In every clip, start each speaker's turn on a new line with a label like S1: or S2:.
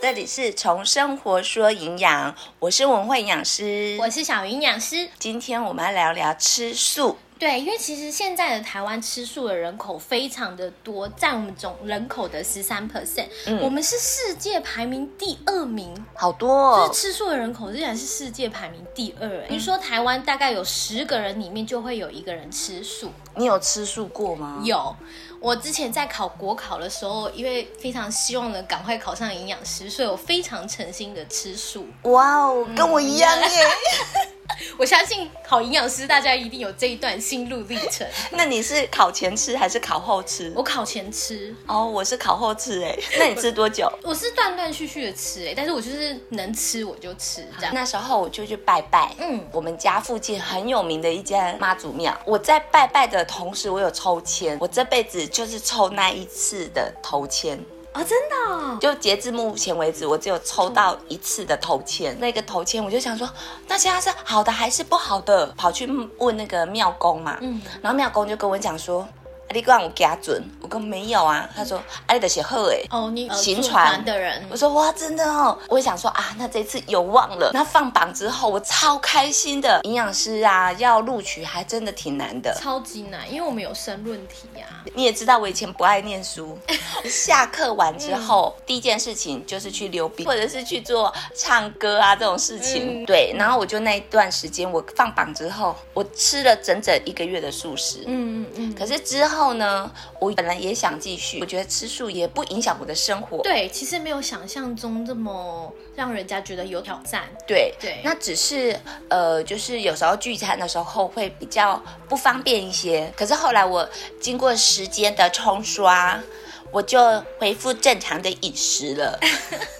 S1: 这里是从生活说营养，我是文慧营养师。
S2: 我是小营养师。
S1: 今天我们来聊聊吃素。
S2: 对，因为其实现在的台湾吃素的人口非常的多，占我们总人口的十三 percent，我们是世界排名第二名。
S1: 好多、哦
S2: 就是吃素的人口竟然是世界排名第二，哎、你说台湾大概有十个人里面就会有一个人吃素。
S1: 你有吃素过吗？
S2: 有，我之前在考国考的时候，因为非常希望能赶快考上营养师，所以我非常诚心的吃素。
S1: 哇哦，跟我一样耶！
S2: 我相信考营养师大家一定有这一段心路历 程。
S1: 那你是考前吃还是考后吃？
S2: 我考前吃，
S1: 哦，我是考后吃 哎。那你吃多久？
S2: 我是断断续续的吃、哎，但是我就是能吃我就吃这样。
S1: 那时候我就去拜拜，
S2: 嗯
S1: 我们家附近很有名的一间妈祖庙。我在拜拜的同时，我有抽签，我这辈子就是抽那一次的头签。
S2: 啊、真的哦、
S1: 就截至目前为止，我只有抽到一次的头签。那个头签，我就想说，那现在是好的还是不好的？跑去问那个庙公嘛，
S2: 嗯
S1: 然后庙公就跟我讲说，啊、你讲有加准，我讲没有啊。他说，啊，你的写好诶。
S2: 哦，你呃
S1: 行
S2: 祖
S1: 船
S2: 传的人
S1: 我，说哇，真的哦！我想说啊，那这次有望了。那放榜之后，我超开心的。营养师啊，要录取还真的挺难的。
S2: 超级难，因为我们有申论题啊。
S1: 你也知道，我以前不爱念 书，下课完之后、第一件事情就是去溜冰，嗯或者是去做唱歌啊这种事情。
S2: 嗯
S1: 对，然后我就那一段时间，我放榜之后，我吃了整整一个月的素食。
S2: 嗯嗯嗯。
S1: 可是之后呢，我本来也想继续，我觉得吃素也不影响我的生活。
S2: 对，其实没有想象中这么让人家觉得有挑战。
S1: 对
S2: 对
S1: 那只是呃，就是有时候聚餐的时候会比较不方便一些。可是后来我经过时间的冲刷，我就恢复正常的饮食 了。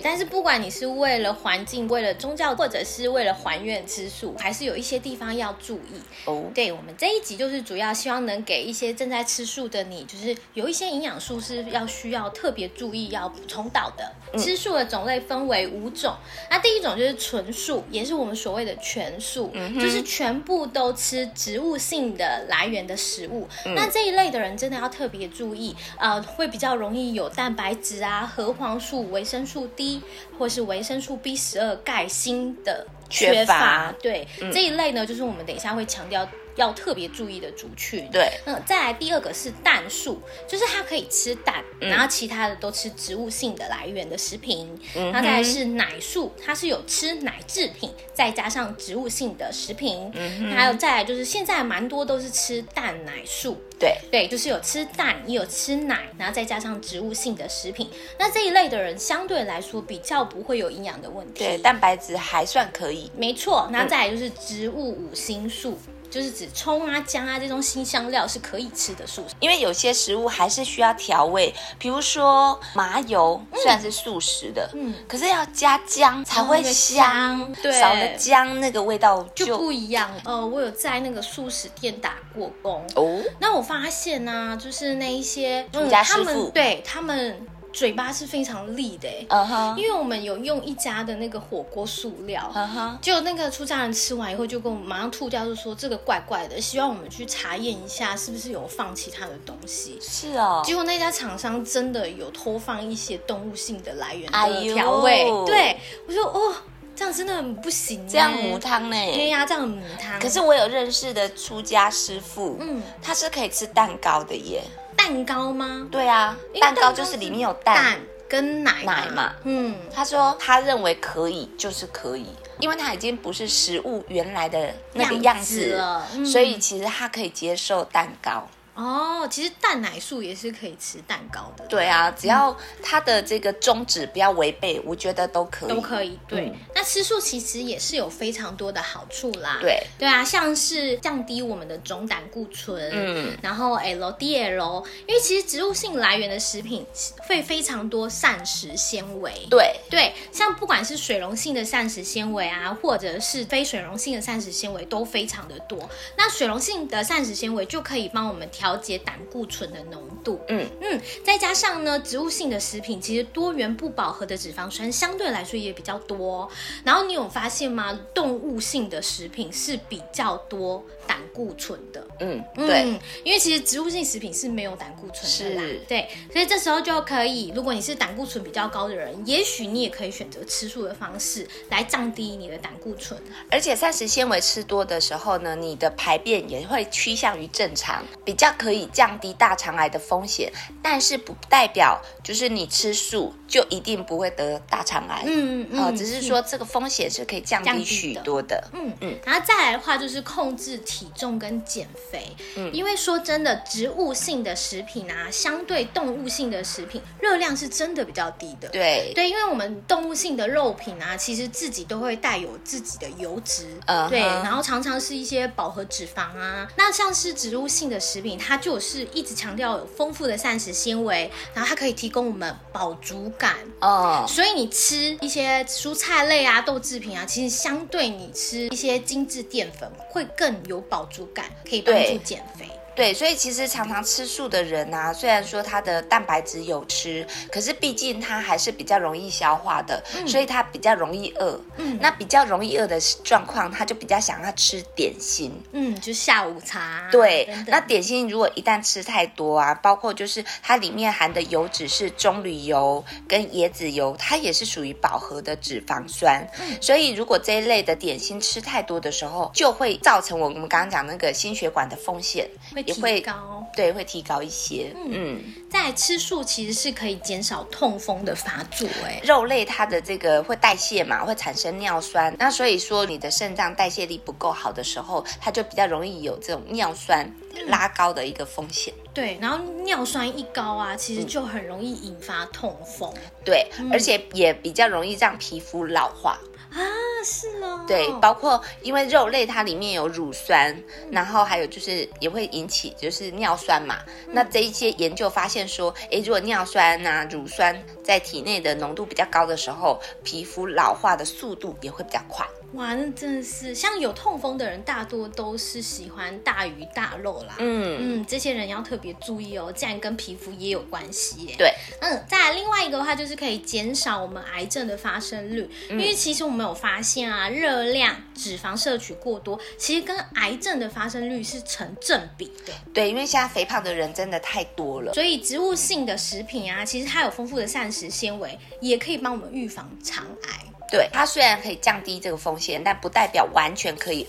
S2: 但是不管你是为了环境、为了宗教，或者是为了还愿吃素，还是有一些地方要注意。
S1: 哦，
S2: 对我们这一集就是主要希望能给一些正在吃素的你，就是有一些营养素是要需要特别注意要补充到的。
S1: 嗯
S2: 吃素的种类分为五种，那第一种就是纯素，也是我们所谓的全素，
S1: 嗯
S2: 就是全部都吃植物性的来源的食物。
S1: 嗯
S2: 那这一类的人真的要特别注意，呃，会比较容易有蛋白质啊、核黄素、维生素 D 或是维生素 B 十二、钙、锌的
S1: 缺
S2: 缺
S1: 乏
S2: 对、
S1: 嗯
S2: 这一类呢，就是我们等一下会强调要特别注意的族群。
S1: 对，
S2: 嗯，再来第二个是蛋素，就是它可以吃蛋，
S1: 嗯
S2: 然后其他的都吃植物性的来源的食品。
S1: 嗯
S2: 然后再来是奶素，它是有吃奶制品，再加上植物性的食品。
S1: 嗯
S2: 还有再来就是现在蛮多都是吃蛋奶素。
S1: 对，
S2: 对，就是有吃蛋，也有吃奶，然后再加上植物性的食品。那这一类的人相对来说比较不会有营养的问题。
S1: 对，蛋白质还算可以。
S2: 没错，那再来就是植物五星素，就是指葱啊、姜啊这种新香料是可以吃的素。
S1: 因为有些食物还是需要调味，比如说麻油，虽然是素食的，嗯
S2: 嗯，
S1: 可是要加姜才会香，
S2: 香对
S1: 少了姜那个味道就
S2: 就不一样。呃，我有在那个素食店打过工，
S1: 哦，
S2: 那我发现呢、就是那一些嗯
S1: 厨家
S2: 他
S1: 师傅
S2: 们对他们嘴巴是非常利的、欸
S1: 嗯哼，
S2: 因为我们有用一家的那个火锅塑料，
S1: 嗯哼，
S2: 就那个出家人吃完以后，就跟我们马上吐掉，就说这个怪怪的，希望我们去查验一下是不是有放其他的东西。
S1: 是哦，
S2: 结果那家厂商真的有偷放一些动物性的来源
S1: 哎呦
S2: 的调味，对我说哦，这样真的很不行欸、
S1: 这样母汤呢？
S2: 对呀、这样很母汤。
S1: 可是我有认识的出家师傅，嗯
S2: 嗯，
S1: 他是可以吃蛋糕的耶。
S2: 蛋糕吗？
S1: 对啊，
S2: 因为
S1: 蛋糕就是里面有蛋。
S2: 蛋跟奶
S1: 奶嘛
S2: 嗯，
S1: 他说他认为可以就是可以，因为他已经不是食物原来的那个样
S2: 样
S1: 子
S2: 子了嗯
S1: 所以其实他可以接受蛋糕。
S2: 哦，其实蛋奶素也是可以吃蛋糕的，
S1: 对啊，只要他的这个宗旨不要违背，我觉得都可以。
S2: 都可以。对，
S1: 嗯
S2: 那吃素其实也是有非常多的好处啦。。
S1: 对，
S2: 对啊，像是降低我们的总胆固醇，
S1: 嗯，
S2: 然后 LDL，因为其实植物性来源的食品会非常多膳食纤维。
S1: 对，
S2: 对，像不管是水溶性的膳食纤维啊，或者是非水溶性的膳食纤维，都非常的多。那水溶性的膳食纤维就可以帮我们调节胆固醇的浓度。
S1: 嗯
S2: 嗯，再加上呢，植物性的食品其实多元不饱和的脂肪酸相对来说也比较多。然后你有发现吗？动物性的食品是比较多胆固醇的。
S1: 嗯，对，
S2: 嗯，因为其实植物性食品是没有胆固醇的啦
S1: 是，
S2: 对，所以这时候就可以，如果你是胆固醇比较高的人，也许你也可以选择吃素的方式来降低你的胆固醇。
S1: 而且膳食纤维吃多的时候呢，你的排便也会趋向于正常，比较可以降低大肠癌的风险。但是不代表就是你吃素就一定不会得大肠癌，
S2: 嗯
S1: 呃，只是说这个风险是可以降
S2: 降
S1: 低
S2: 低
S1: 许
S2: 的
S1: 多的。
S2: 嗯嗯，然后再来的话就是控制体重跟减肥，嗯，因为说真的，植物性的食品啊，相对动物性的食品热量是真的比较低的，
S1: 对，
S2: 对，因为我们动物性的肉品啊，其实自己都会带有自己的油脂
S1: 嗯哼
S2: 对，然后常常是一些饱和脂肪啊。那像是植物性的食品，它就是一直强调有丰富的膳食纤维，然后它可以提供我们饱足感。
S1: 哦，
S2: 所以你吃一些蔬菜类啊、豆制品啊，其实相对你吃一些精致淀粉会更有饱足感，可以帮
S1: 对
S2: 助减肥。
S1: 对，所以其实常常吃素的人啊，虽然说他的蛋白质有吃，可是毕竟他还是比较容易消化的，所以他比较容易饿。
S2: 嗯
S1: 那比较容易饿的状况，他就比较想要吃点心。
S2: 嗯，就下午茶啊、
S1: 对
S2: 等，等
S1: 那点心如果一旦吃太多啊，包括就是它里面含的油脂是棕榈油跟椰子油，它也是属于饱和的脂肪酸。
S2: 嗯
S1: 所以如果这一类的点心吃太多的时候，就会造成我们刚刚讲那个心血管的风险，
S2: 会
S1: 也会
S2: 提高。
S1: 对，会提高一些。嗯，
S2: 在吃素其实是可以减少痛风的发作、哎，
S1: 肉类它的这个会代谢嘛，会产生尿酸，那所以说你的肾脏代谢力不够好的时候，它就比较容易有这种尿酸拉高的一个风险。
S2: 对，然后尿酸一高啊，其实就很容易引发痛风、
S1: 对，而且也比较容易让皮肤老化。
S2: 啊，是哦，
S1: 对，包括因为肉类它里面有乳酸，然后还有就是也会引起就是尿酸嘛。那这一些研究发现说，诶，如果尿酸呐、乳酸在体内的浓度比较高的时候，皮肤老化的速度也会比较快。
S2: 哇，那真的是像有痛风的人，大多都是喜欢大鱼大肉啦。
S1: 嗯，
S2: 嗯，这些人要特别注意哦，竟然跟皮肤也有关系耶。
S1: 对，
S2: 嗯，再来另外一个的话，就是可以减少我们癌症的发生率，因为其实我们有发现啊，热量、脂肪摄取过多，其实跟癌症的发生率是成正比的。
S1: 对，因为现在肥胖的人真的太多了。
S2: 所以植物性的食品啊，其实它有丰富的膳食纤维，也可以帮我们预防肠癌。
S1: 对，它虽然可以降低这个风险，但不代表完全可以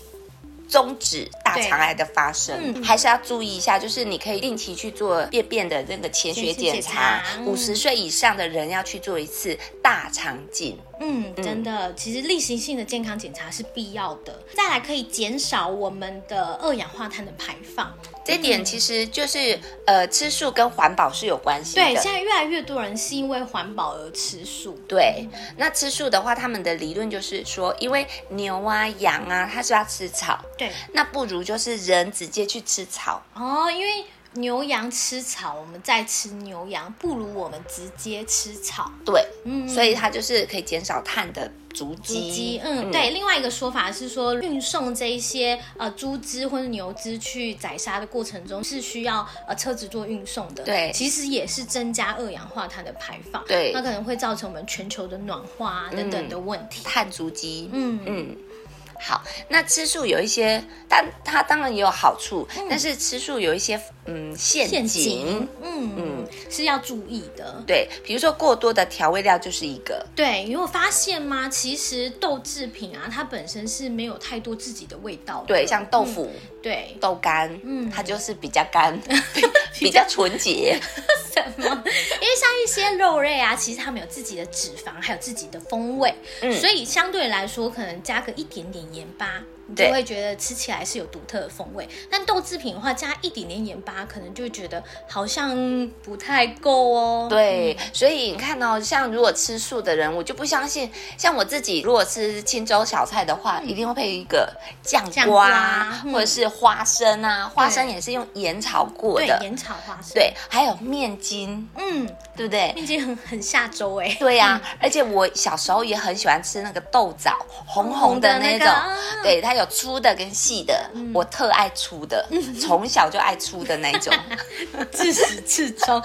S1: 终止大肠癌的发生，
S2: 对嗯
S1: 还是要注意一下。就是你可以定期去做便便的那个潜血检查
S2: 潜血检查，嗯
S1: 五十岁以上的人要去做一次大肠镜。
S2: 嗯，真的，其实例行性的健康检查是必要的。再来可以减少我们的二氧化碳的排放。
S1: 这点其实就是呃，吃素跟环保是有关系的。
S2: 对，现在越来越多人是因为环保而吃素。
S1: 对，那吃素的话，他们的理论就是说，因为牛啊、羊啊，它是要吃草，
S2: 对，
S1: 那不如就是人直接去吃草，
S2: 哦，因为牛羊吃草，我们再吃牛羊，不如我们直接吃草。
S1: 对，
S2: 嗯
S1: 所以它就是可以减少碳的足
S2: 猪
S1: 迹
S2: 鸡，。嗯，对。另外一个说法是说，运送这一些呃猪只或者牛只去宰杀的过程中，是需要呃车子做运送的。
S1: 对
S2: 其实也是增加二氧化碳的排放。
S1: 对
S2: 那可能会造成我们全球的暖化、啊、等等的问题。
S1: 碳足迹。
S2: 嗯
S1: 嗯，好，那吃素有一些，但它当然也有好处，但是吃素有一些嗯陷阱。
S2: 嗯陷阱，嗯嗯，是要注意的。
S1: 对，比如说过多的调味料就是一个，
S2: 对，你有发现吗？其实豆制品啊，它本身是没有太多自己的味道的。
S1: 对，像豆腐、
S2: 嗯对，
S1: 豆干，嗯，
S2: 嗯
S1: 它就是比较 干，比比较纯洁，
S2: 什么？因为像一些肉类啊，其实它们有自己的脂肪，还有自己的风味，
S1: 嗯
S2: 所以相对来说，可能加个一点点盐巴，你就
S1: 对
S2: 会觉得吃起来是有独特的风味。但豆制品的话，加一点点盐巴，可能就会觉得好像不太够哦。，
S1: 对，所以你看哦，像如果吃素的人，我就不相信，像我自己如果吃青州小菜的话，一定会配一个酱
S2: 嗯酱
S1: 瓜
S2: 瓜嗯
S1: 或者是花生啊，花生也是用盐炒过
S2: 对，
S1: 的，
S2: 盐炒花生，，
S1: 对，还有面筋，
S2: 嗯，
S1: 对不对？
S2: 面筋很很下粥 哎、
S1: 对呀、而且我小时候也很喜欢吃那个豆枣，红
S2: 红
S1: 红的
S2: 的那
S1: 那
S2: 个
S1: 种，
S2: 啊嗯
S1: 对，它它有粗的跟细的，我特爱粗的，从小就爱粗的那一种。
S2: 自始至终。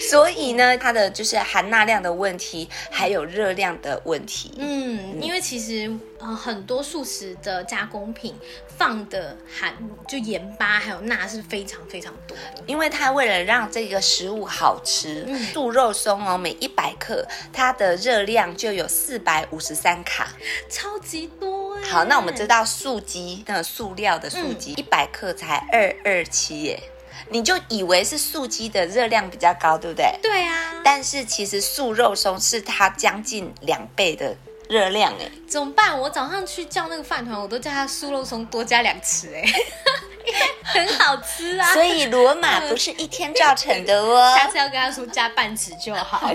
S1: 所以呢，它的就是含钠量的问题，还有热量的问题。
S2: 嗯，因为其实呃很多素食的加工品放的含就盐巴还有钠是非常非常多的。
S1: 因为它为了让这个食物好吃，素肉松哦，每一百克它的热量就有四百五十三卡。
S2: 超级多、欸。
S1: 好，那我们知道素鸡，那个塑料的素鸡，一百、克才二二七耶，你就以为是素鸡的热量比较高，对不对？
S2: 对啊，
S1: 但是其实素肉松是它将近两倍的热量哎，
S2: 怎么办？我早上去叫那个饭团，我都叫他酥肉松多加两 匙、欸，哎，因为很好吃啊。
S1: 所以罗马不是一天造成的 哦。
S2: 下次要跟他说加半匙 就好。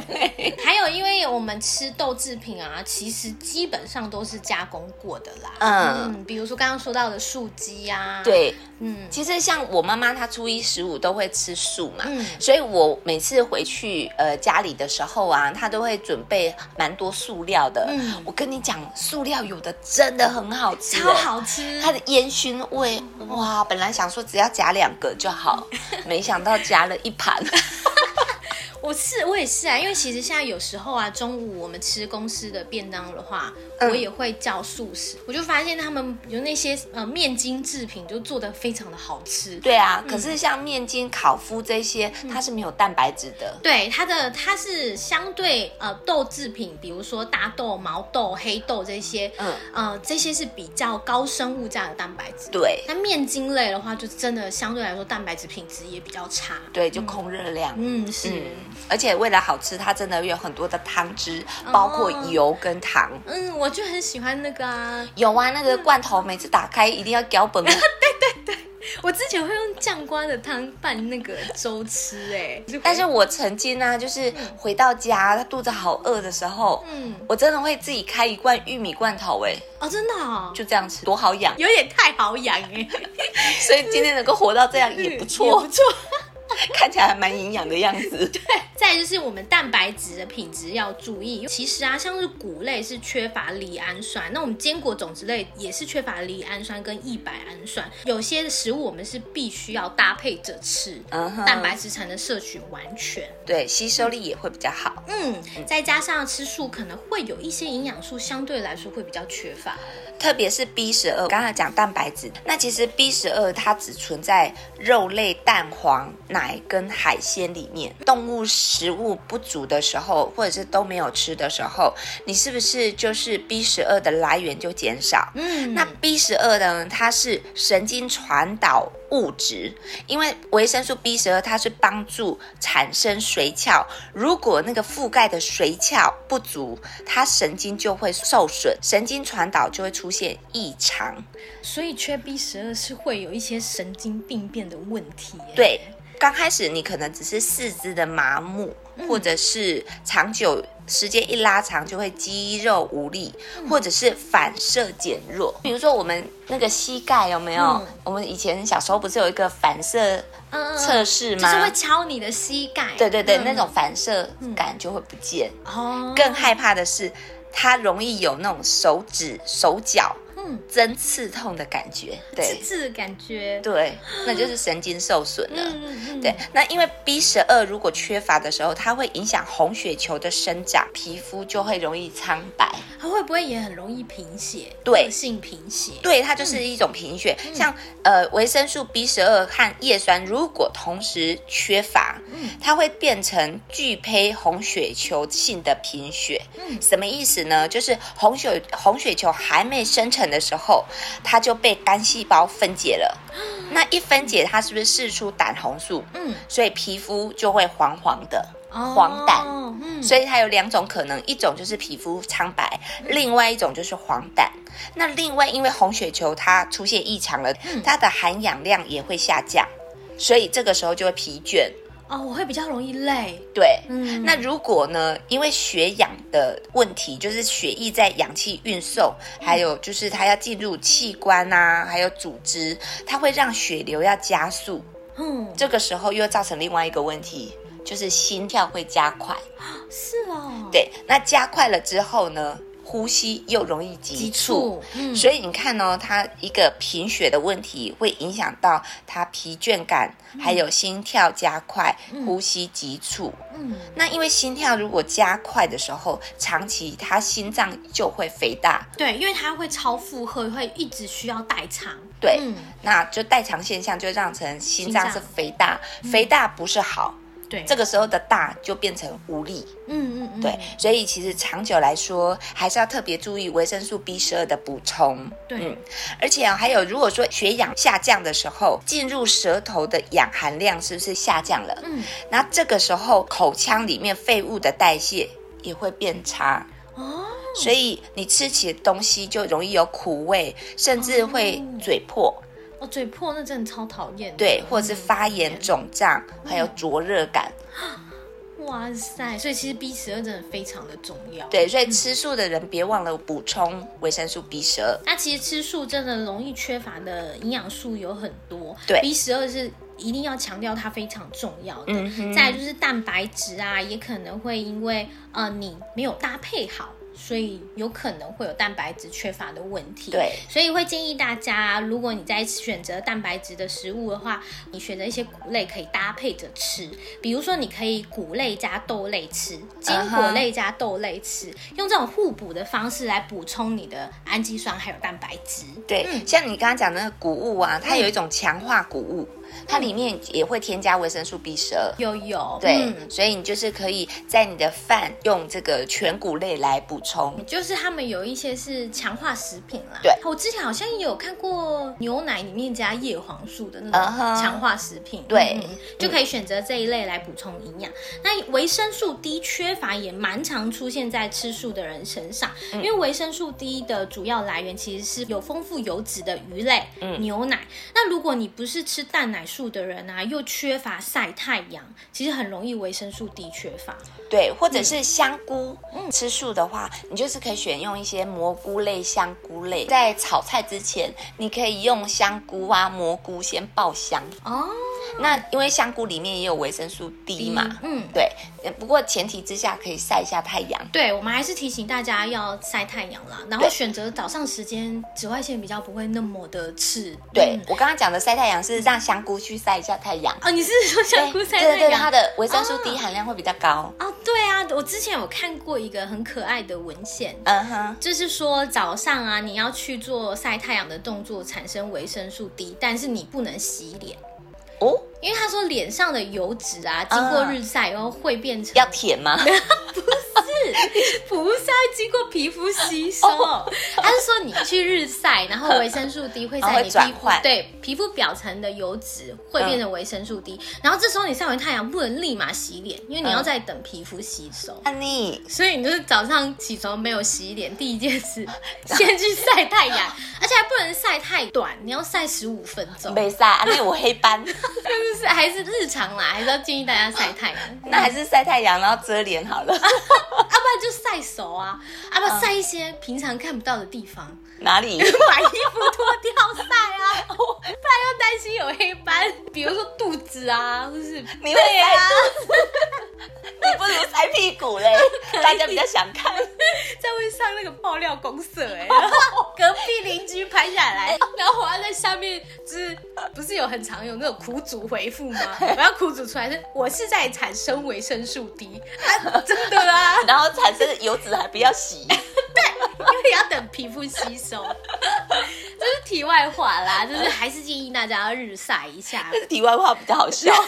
S2: 还有，因为我们吃豆制品啊，其实基本上都是加工过的啦。
S1: 嗯
S2: 比如说刚刚说到的素鸡呀、啊，，
S1: 对，
S2: 嗯，
S1: 其实像我妈妈，她初一十五都会吃素嘛，
S2: 嗯
S1: 所以我每次回去呃家里的时候啊，她都会准备蛮多塑料的。
S2: 嗯
S1: 我跟你讲，塑料有的真的很好吃，欸
S2: 超。好吃。啊嗯
S1: 它的烟熏味，哇！本来想说只要夹两个就 好，没想到夹了一盘。
S2: 我是我也是啊，因为其实现在有时候啊，中午我们吃公司的便当的话，
S1: 嗯
S2: 我也会叫素食。我就发现他们有那些呃面筋制品，就做的非常的好吃。
S1: 对啊，可是像面筋、烤麸这些，
S2: 嗯
S1: 它是没有蛋白质的。
S2: 对它的它是相对呃豆制品，比如说大豆、毛豆、黑豆这些，
S1: 嗯
S2: 呃这些是比较高生物价的蛋白质。
S1: 对
S2: 那面筋类的话，就真的相对来说蛋白质品质也比较差。
S1: 对，就控热量。
S2: 嗯，是。
S1: 嗯，而且为了好吃，它真的有很多的汤汁，包括
S2: 哦
S1: 油跟糖。
S2: 嗯，我就很喜欢那个啊，
S1: 有啊，那个罐头每次打开一定要搅本。
S2: 嗯我之前会用酱瓜的汤拌那个粥吃、欸，哎，
S1: 但是我曾经啊，就是回到家，他肚子好饿的时候，
S2: 嗯，
S1: 我真的会自己开一罐玉米罐头，哎，
S2: 哦，真的、哦，
S1: 就这样吃，多好 养。
S2: 有点太好养哎、嗯
S1: 所以今天能够活到这样 也不
S2: 也
S1: 错
S2: 不，错。
S1: 看起来还蛮营养的样子。
S2: 再来就是我们蛋白质的品质要注意，其实啊，像是谷类是缺乏赖氨酸，那我们坚果种子类也是缺乏赖氨酸跟异白氨酸，有些食物我们是必须要搭配着吃，
S1: 嗯哼
S2: 蛋白质才能摄取完全。
S1: 对，吸收力也会比较好。
S2: 嗯，再加上吃素可能会有一些营养素相对来说会比较缺乏。
S1: 特别是 B 十二，刚才讲蛋白质，那其实 B 十二它只存在肉类、蛋黄、奶跟海鲜里面。动物食物不足的时候，或者是都没有吃的时候，你是不是就是 B 十二的来源就减少？
S2: 嗯，
S1: 那 B 十二呢？它是神经传导物质，因为维生素 B 十二它是帮助产生髓鞘，如果那个覆盖的髓鞘不足，它神经就会受损，神经传导就会出现异常。
S2: 所以缺 B 十二是会有一些神经病变的问题耶。
S1: 对，刚开始你可能只是四肢的麻木，
S2: 嗯
S1: 或者是长久时间一拉长就会肌肉无力，
S2: 嗯
S1: 或者是反射减弱。比如说我们那个膝盖有没有？
S2: 嗯
S1: 我们以前小时候不是有一个反射
S2: 嗯，嗯
S1: 测试
S2: 就是
S1: 吗？
S2: 会敲你的膝盖。
S1: 对对对，
S2: 嗯
S1: 那种反射感就会不见。
S2: 哦，
S1: 更害怕的是，它容易有那种手指、手脚
S2: 嗯，
S1: 针刺痛的感觉。对
S2: 刺刺的感觉。
S1: 对，那就是神经受损了。
S2: 嗯嗯嗯，
S1: 对，那因为 B 十二如果缺乏的时候，它会影响红血球的生长，皮肤就会容易苍白。
S2: 它会不会也很容易贫血？
S1: 对
S2: 恶性贫血。
S1: 对，它就是一种贫血。像呃维生素 B 十二和叶酸，如果同时缺乏，它会变成巨胚红血球性的贫血。
S2: 嗯
S1: 什么意思呢？就是红血红血球还没生成的时候，它就被肝细胞分解了。那一分解，它是不是释出胆红素？
S2: 嗯，
S1: 所以皮肤就会黄黄的。
S2: 哦
S1: 黄疸，
S2: 嗯，
S1: 所以它有两种可能，一种就是皮肤苍白，另外一种就是黄疸。那另外，因为红血球它出现异常了，
S2: 嗯
S1: 它的含氧量也会下降，所以这个时候就会疲倦。
S2: 哦，我会比较容易累。
S1: 对，
S2: 嗯
S1: 那如果呢，因为血氧的问题，就是血液在氧气运送，还有就是它要进入器官啊，还有组织，它会让血流要加速，
S2: 嗯，
S1: 这个时候又造成另外一个问题，就是心跳会加快。
S2: 是哦。，
S1: 对，那加快了之后呢，呼吸又容易急
S2: 急
S1: 促
S2: 促。，嗯，
S1: 所以你看哦，它一个贫血的问题会影响到他疲倦感，还有心跳加快、呼吸急促。
S2: 嗯
S1: 那因为心跳如果加快的时候，长期他心脏就会肥大，
S2: 对，因为它会超负荷，会一直需要代偿。
S1: 对，
S2: 嗯，
S1: 那就代偿现象就会让成心脏
S2: 心
S1: 是
S2: 脏
S1: 肥大，肥大不是好，
S2: 对，
S1: 这个时候的大就变成无力。
S2: 嗯嗯嗯，
S1: 对，所以其实长久来说，还是要特别注意维生素 B 十二的补充。
S2: 对
S1: 嗯，而且、啊、还有，如果说血氧下降的时候，进入舌头的氧含量是不是下降了？
S2: 嗯，
S1: 那这个时候口腔里面废物的代谢也会变差。
S2: 哦，
S1: 所以你吃起的东西就容易有苦味，甚至会
S2: 哦
S1: 嘴破，
S2: 哦，嘴破那真的超讨厌的。
S1: 对，或者是发炎、
S2: 嗯
S1: 肿胀，还有灼热感。
S2: 哇塞，所以其实 B 十二真的非常的重要。，
S1: 对，所以吃素的人别忘了补充维生素 B 十二。
S2: 那其实吃素真的容易缺乏的营养素有很多，
S1: 对
S2: ，B 十二是一定要强调它非常重要的。
S1: 嗯哼
S2: 再来就是蛋白质啊，也可能会因为呃你没有搭配好，所以有可能会有蛋白质缺乏的问题。
S1: 对，
S2: 所以会建议大家，如果你在选择蛋白质的食物的话，你选择一些谷类可以搭配着吃，比如说你可以谷类加豆类吃，坚
S1: 啊
S2: 果类加豆类吃用这种互补的方式来补充你的氨基酸还有蛋白质。嗯
S1: 对，像你刚刚讲的那个谷物啊，它有一种强化谷物，
S2: 嗯
S1: 它里面也会添加维生素 B 十二。
S2: 有有，
S1: 对，
S2: 嗯
S1: 所以你就是可以在你的饭用这个全谷类来补充。
S2: 就是他们有一些是强化食品啦。
S1: 对，
S2: 我之前好像也有看过牛奶里面加叶黄素的那
S1: 嗯哼
S2: 种强化食品。
S1: 对
S2: 嗯就可以选择这一类来补充营养。那维生素 D 缺乏也蛮常出现在吃素的人身上，
S1: 嗯
S2: 因为维生素 D 的主要来源其实是有丰富油脂的鱼类、
S1: 嗯
S2: 牛奶。那如果你不是吃蛋奶素的人啊，又缺乏晒太阳，其实很容易维生素 D 缺乏。
S1: 对，或者是香菇，
S2: 嗯
S1: 吃素的话，你就是可以选用一些蘑菇类、香菇类。在炒菜之前，你可以用香菇啊、蘑菇先爆香。
S2: 哦，
S1: 那因为香菇里面也有维生素 D 嘛，
S2: 嗯。
S1: 对。呃不过前提之下可以晒一下太阳。
S2: 对，我们还是提醒大家要晒太阳啦，然后
S1: 对
S2: 选择早上时间，紫外线比较不会那么的刺。
S1: 对、
S2: 嗯
S1: 我刚刚讲的晒太阳是让香菇去晒一下太 阳。
S2: 啊，你是说香菇
S1: 对
S2: 晒
S1: 对
S2: 太
S1: 对，它
S2: 阳？
S1: 的维生素 D 含量会比较高。
S2: 哦，对啊，我之前有看过一个很可爱的文献。
S1: 嗯哼，
S2: 就是说，早上啊，你要去做晒太阳的动作，产生维生素 D，但是你不能洗脸，
S1: 哦，
S2: 因为他说脸上的油脂啊，经过日晒以后会变成
S1: 要舔 吗？
S2: 不是要经过皮肤吸收，他是说你去日晒，然后维生素 D 会
S1: 哦
S2: 在
S1: 会
S2: 你
S1: 转
S2: 皮肤
S1: 换
S2: 对皮肤表层的油脂会变成维生素
S1: 嗯
S2: D，、然后这时候你晒完太阳不能立马洗脸，因为你要再等皮肤吸收。
S1: 安妮，
S2: 所以你就是早上起床没有洗脸，第一 件事先去晒太阳，而且还不能晒太短，你要晒十五分钟，
S1: 没晒，安妮我黑 斑，
S2: 就是还是日常啦，还是要建议大家晒太阳。
S1: 那还是晒太阳然后遮脸好 了。
S2: 要不然就晒手啊，要不
S1: 嗯
S2: 然晒一些平常看不到的地方，
S1: 哪里？
S2: 把衣服脱掉晒 啊，不然又担心有黑斑，比如说肚子啊，或是
S1: 你会晒
S2: 啊
S1: 肚子？你不如晒屁股 嘞，大家比较想看。
S2: 在会上那个爆料公社哎、 隔壁邻居拍下来，然后我要在下面就是不是有很常有那种苦主回复吗？我要苦主出来是我是在产生维生素 D，、啊、真的啊，
S1: 然后产生的油脂还不要洗，
S2: 因为要等皮肤吸收。这是题外话啦，就是还是建议大家要日晒一下。
S1: 题外话比较好笑。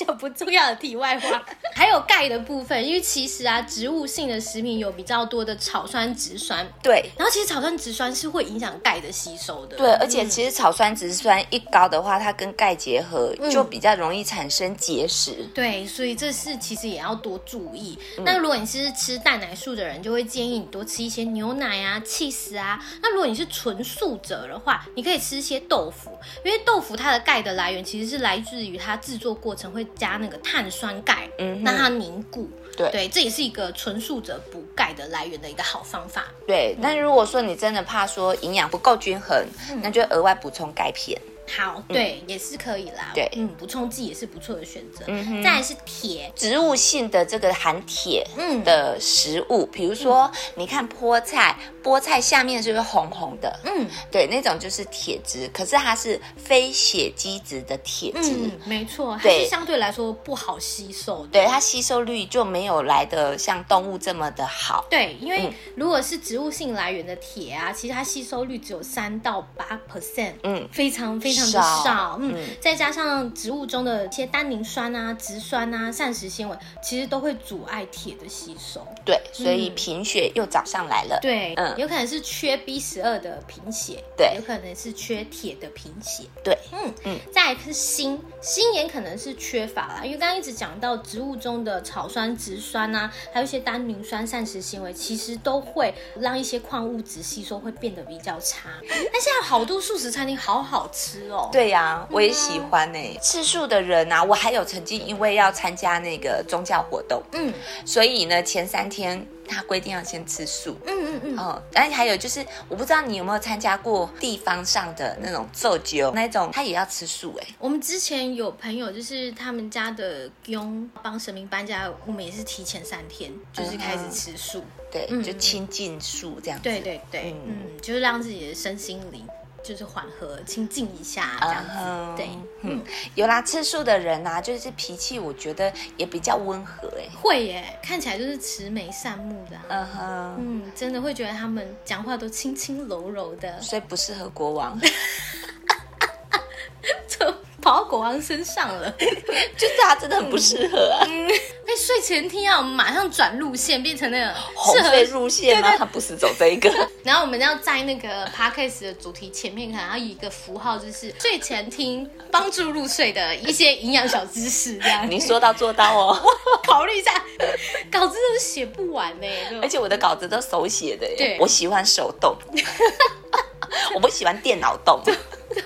S2: 就不重要的题外话，还有钙的部分，因为其实啊，植物性的食品有比较多的草酸、植酸，
S1: 对
S2: 然后其实草酸植酸是会影响钙的吸收的。
S1: 对，而且其实草酸植酸一高的话，它跟钙结合就比较容易产生结石。
S2: 对，所以这事其实也要多注意。
S1: 嗯
S2: 那如果你是吃蛋奶素的人，就会建议你多吃一些牛奶啊、cheese 啊。那如果你是纯素者的话，你可以吃一些豆腐，因为豆腐它的钙的来源其实是来自于它制作过程会加那个碳酸钙，
S1: 嗯哼
S2: 让它凝固。
S1: 对
S2: 对，这也是一个纯素者补钙的来源的一个好方法。
S1: 对，那如果说你真的怕说营养不够均衡，那就额外补充钙片。
S2: 好，对，也是可以啦。
S1: 嗯对
S2: 嗯，补充剂也是不错的选择。
S1: 嗯哼
S2: 再来是铁，
S1: 植物性的这个含铁
S2: 嗯
S1: 的食物，比如说你看菠菜，菠菜下面是不是红红的？
S2: 嗯
S1: 对，那种就是铁质，可是它是非血基质的铁质，
S2: 嗯，没错，它
S1: 对
S2: 是相对来说不好吸收的。
S1: 对它吸收率就没有来的像动物这么的好。
S2: 对，因为
S1: 嗯
S2: 如果是植物性来源的铁啊，其实它吸收率只有三到八 percent，
S1: 嗯，
S2: 非常非常的
S1: 少
S2: 少，嗯，
S1: 嗯
S2: 再加上植物中的一些单宁酸啊、植酸啊、膳食纤维，其实都会阻碍铁的吸收。
S1: 对，所以
S2: 嗯
S1: 贫血又找上来了。
S2: 对，
S1: 嗯
S2: 有可能是缺 B 十二的贫血，
S1: 对
S2: 有可能是缺铁的贫血，
S1: 对，
S2: 嗯
S1: 嗯
S2: 嗯。再来是锌，锌也可能是缺乏啦，因为刚刚一直讲到植物中的草酸、植酸啊，还有一些单宁酸、膳食纤维，其实都会让一些矿物质吸收会变得比较差。但现在有好多素食餐厅好好吃哦，，
S1: 嗯对呀、我也喜欢呢、欸吃素的人啊，我还有曾经因为要参加那个宗教活动，
S2: 嗯
S1: 所以呢前三天他规定要先吃素。
S2: 嗯嗯嗯，
S1: 哦，但还有就是，我不知道你有没有参加过地方上的那种奏酒那种，他也要吃素哎、
S2: 我们之前有朋友，就是他们家的佣帮神明搬家，我们也是提前三天
S1: 嗯
S2: 就是开始吃素。
S1: 对，
S2: 嗯
S1: 就亲近素这样子。
S2: 对对对，
S1: 嗯
S2: 嗯，就是让自己的身心灵就是缓和、清静一下这样
S1: 啊
S2: 子。
S1: 哈，
S2: 对，
S1: 嗯，有啦，吃素的人啊，就是脾气我觉得也比较温和哎、
S2: 会耶，看起来就是慈眉善目的、啊。
S1: 嗯哼，
S2: 嗯，真的会觉得他们讲话都轻轻柔柔的，
S1: 所以不适合国王，
S2: 就跑到国王身上 了。
S1: 就是他真的很不适合啊，
S2: 哎，睡前听啊，我们马上转路线，变成那个
S1: 红
S2: 适
S1: 飞
S2: 合
S1: 入线吗？他不是走这一 个。
S2: 然后我们要在那个 podcast 的主题前面，可能要以一个符号，就是睡前听帮助入睡的一些营养小知识，这样。
S1: 你说到做到哦，
S2: 考虑一下， 稿子真的写不完呢、
S1: 而且我的稿子都手写的耶，
S2: 对
S1: 我喜欢手 动，我不喜欢电脑动。
S2: 就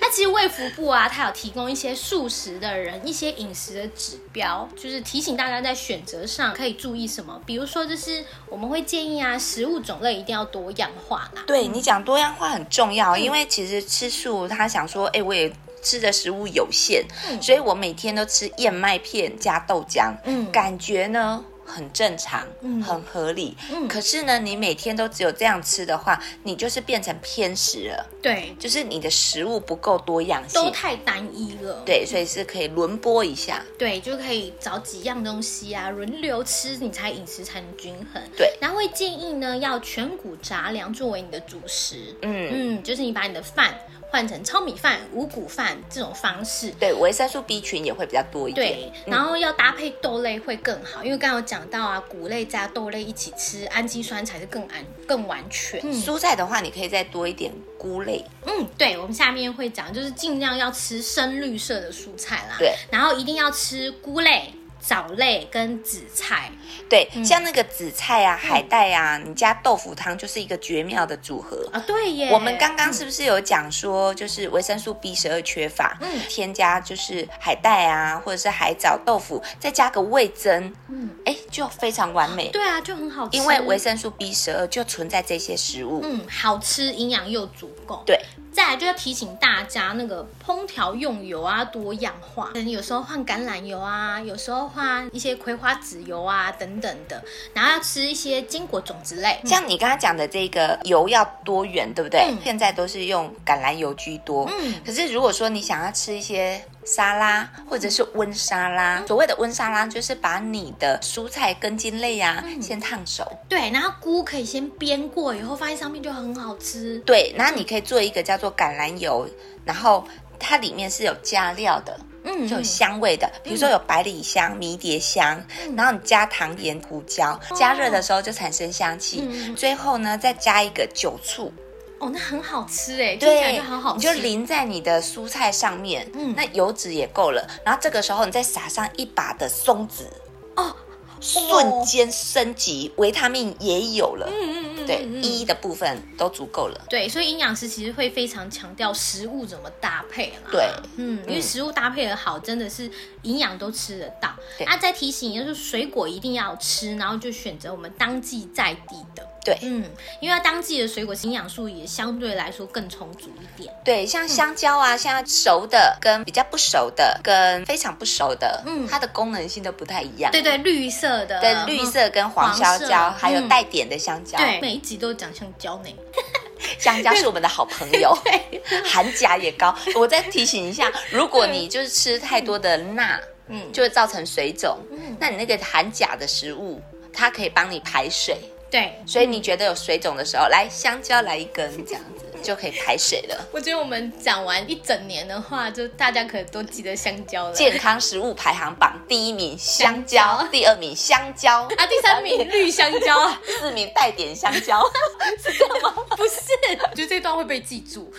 S2: 那其实卫福部啊，它有提供一些素食的人一些饮食的指标，就是提醒大家在选择上可以注意什么。比如说，就是我们会建议啊，食物种类一定要多样化啦。
S1: 对你讲多样化很重
S2: 嗯
S1: 要，因为其实吃素，他想说，哎，我也吃的食物有限，
S2: 嗯
S1: 所以我每天都吃燕麦片加豆浆，
S2: 嗯
S1: 感觉呢很正常，
S2: 嗯
S1: 很合理。
S2: 嗯
S1: 可是呢，你每天都只有这样吃的话，你就是变成偏食了，
S2: 对，
S1: 就是你的食物不够多样
S2: 都
S1: 性。
S2: 太单一了。
S1: 对，所以是可以轮播一下。
S2: 对，就可以找几样东西啊，轮流吃，你才饮食才能均衡。
S1: 对，
S2: 然后会建议呢，要全谷杂粮作为你的主食。
S1: 嗯，
S2: 嗯，就是你把你的饭换成糙米饭、五谷饭这种方式。
S1: 对，维生素 B 群也会比较多一
S2: 对
S1: 点。，
S2: 然后要搭配豆类会更好，因为刚刚有讲到啊，谷类加豆类一起吃，氨基酸才是更安更完全。嗯
S1: 蔬菜的话，你可以再多一点菇类。
S2: 嗯，对，我们下面会讲，就是尽量要吃深绿色的蔬菜啦。
S1: 对，
S2: 然后一定要吃菇类、藻类跟紫菜。
S1: 对，
S2: 嗯
S1: 像那个紫菜啊、海带啊，你加豆腐汤就是一个绝妙的组合。
S2: 啊，对耶，
S1: 我们刚刚是不是有讲说，就是维生素 B 十二缺乏，
S2: 嗯
S1: 添加就是海带啊，或者是海藻、豆腐，再加个味增，
S2: 嗯，
S1: 哎，就非常完美。
S2: 对啊，就很好吃，
S1: 因为维生素 B 十二就存在这些食物。
S2: 嗯好吃，营养又足够。
S1: 对，
S2: 再来就要提醒大家，那个烹调用油啊多样化，可能有时候换橄榄油啊，有时候换一些葵花籽油啊等等的，然后要吃一些坚果种子类，
S1: 像你刚刚讲的这个油要多元，对不对？
S2: 嗯
S1: 现在都是用橄榄油居多。
S2: 嗯
S1: 可是如果说你想要吃一些沙拉或者是温沙拉，
S2: 嗯
S1: 所谓的温沙拉就是把你的蔬菜根茎类呀、
S2: 嗯
S1: 先烫熟。
S2: 对，然后菇可以先煸过，以后放在上面就很好吃。
S1: 对，那你可以做一个叫做橄榄油，然后它里面是有加料的。
S2: 嗯嗯
S1: 就有香味的，比如说有百里香、迷迭香，然后你加糖盐、胡椒，加热的时候就产生香气。
S2: 嗯
S1: 最后呢，再加一个酒醋，
S2: 哦，那很好吃哎，听起来
S1: 对，
S2: 就好好
S1: 你
S2: 吃，
S1: 就淋在你的蔬菜上面，
S2: 嗯
S1: 那油脂也够了。然后这个时候你再撒上一把的松子，
S2: 哦，嗯
S1: 瞬间升级，维他命也有了。
S2: 嗯嗯嗯，
S1: 对，
S2: 嗯嗯嗯
S1: 一的部分都足够了。
S2: 对，所以营养师其实会非常强调食物怎么搭配啦。
S1: 对
S2: 嗯，因为食物搭配的好，真的是营养都吃得到
S1: 对。
S2: 啊，再提醒就是水果一定要吃，然后就选择我们当季在地的。
S1: 对
S2: 嗯，因为它当季的水果营养素也相对来说更充足一点。
S1: 对，像香蕉啊，现在熟的跟比较不熟的，跟非常不熟的，
S2: 嗯
S1: 它的功能性都不太一样。
S2: 对啊对，绿色的，啊
S1: 跟绿色跟黄
S2: 黄
S1: 香
S2: 色
S1: 蕉，还有
S2: 嗯
S1: 带点的香蕉，
S2: 对，每一集都讲香蕉呢。
S1: 香蕉是我们的好朋 友， 含钾也高。我再提醒一下，如果你就是吃太多的钠，
S2: 嗯，
S1: 就会造成水肿，
S2: 嗯
S1: 那你那个含钾的食物，它可以帮你排水，
S2: 对，
S1: 所以你觉得有水肿的时候，来香蕉来一根，这样子就可以排水 了。
S2: 我觉得我们讲完一整年的话，就大家可能都记得香蕉了。
S1: 健康食物排行榜第一名香
S2: 香
S1: 蕉
S2: 蕉，
S1: 第二名香蕉，
S2: 啊，第三 名绿香蕉啊，
S1: 第四名带点香蕉。
S2: 不是，我觉得这段会被记住。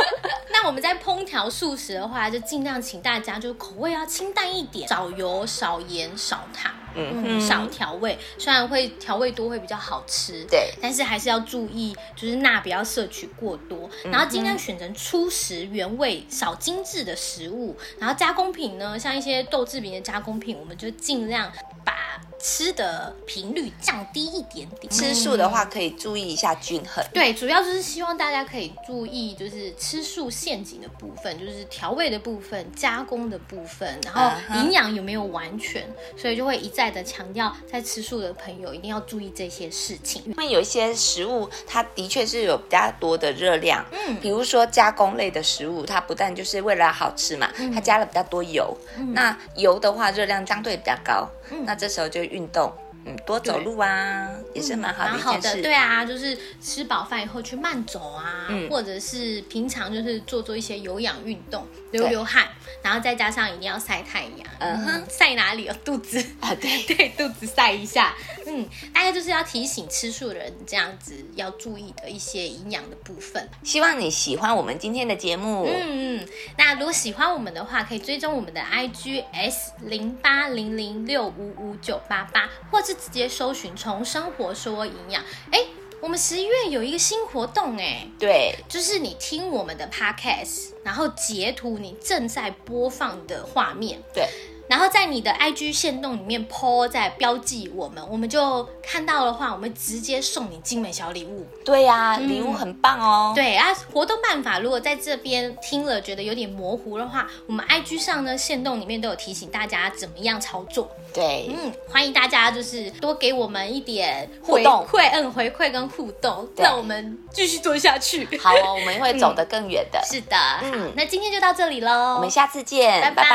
S2: 那我们在烹调素食的话，就尽量请大家就口味要啊清淡一点，少油、少盐、少糖，
S1: 嗯
S2: 嗯，少调味。虽然会调味多会比较好吃，
S1: 对
S2: 但是还是要注意，就是钠不要摄取过多，然后尽量选择粗食、原味、少精致的食物。然后加工品呢，像一些豆制品的加工品，我们就尽量把吃的频率降低一点点。
S1: 吃素的话，可以注意一下均衡。
S2: 对，主要就是希望大家可以注意，就是吃素陷阱的部分，就是调味的部分、加工的部分，然
S1: 啊
S2: 后
S1: 哈
S2: 营养有没有完全，所以就会一再的强调，在吃素的朋友一定要注意这些事情。
S1: 因为有一些食物，它的确是有比较多的热量，
S2: 嗯
S1: 比如说加工类的食物，它不但就是为了好吃嘛，
S2: 嗯
S1: 它加了比较多油，那油的话热量相对比较高，
S2: 嗯
S1: 那这时候就运动，嗯，多走路啊，也是蛮好
S2: 嗯蛮
S1: 的
S2: 好
S1: 一件
S2: 的，
S1: 事。
S2: 对啊，就是吃饱饭以后去慢走啊，
S1: 嗯
S2: 或者是平常就是做做一些有氧运动，流
S1: 对
S2: 流汗，然后再加上一定要晒太阳，
S1: 嗯哼，
S2: 晒哪里哦，肚子。
S1: 啊，对，
S2: 对，肚子晒一下。嗯，大概就是要提醒吃素的人这样子要注意的一些营养的部分。
S1: 希望你喜欢我们今天的节目，
S2: 嗯嗯，那如果喜欢我们的话，可以追踪我们的 IG S 零八零零六五五九八八，或是直接搜寻“从生活说营养”。哎，我们十一月有一个新活动哎。
S1: 对，
S2: 就是你听我们的 podcast，然后截图你正在播放的画面，
S1: 对，
S2: 然后在你的 IG 线动里面 po 在标记我们，我们就看到的话，我们直接送你精美小礼物。
S1: 对呀、礼物很棒哦，
S2: 嗯对啊，活动办法如果在这边听了觉得有点模糊的话，我们 IG 上呢线动里面都有提醒大家怎么样操作。
S1: 对，
S2: 嗯，欢迎大家就是多给我们一点
S1: 互动
S2: 回馈，嗯，回馈跟互动，
S1: 对
S2: 让我们继续做下去。
S1: 好哦，我们会走得更远的，
S2: 嗯是的，
S1: 嗯
S2: 好，那今天就到这里喽，
S1: 我们下次见，
S2: 拜拜
S1: 拜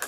S1: 拜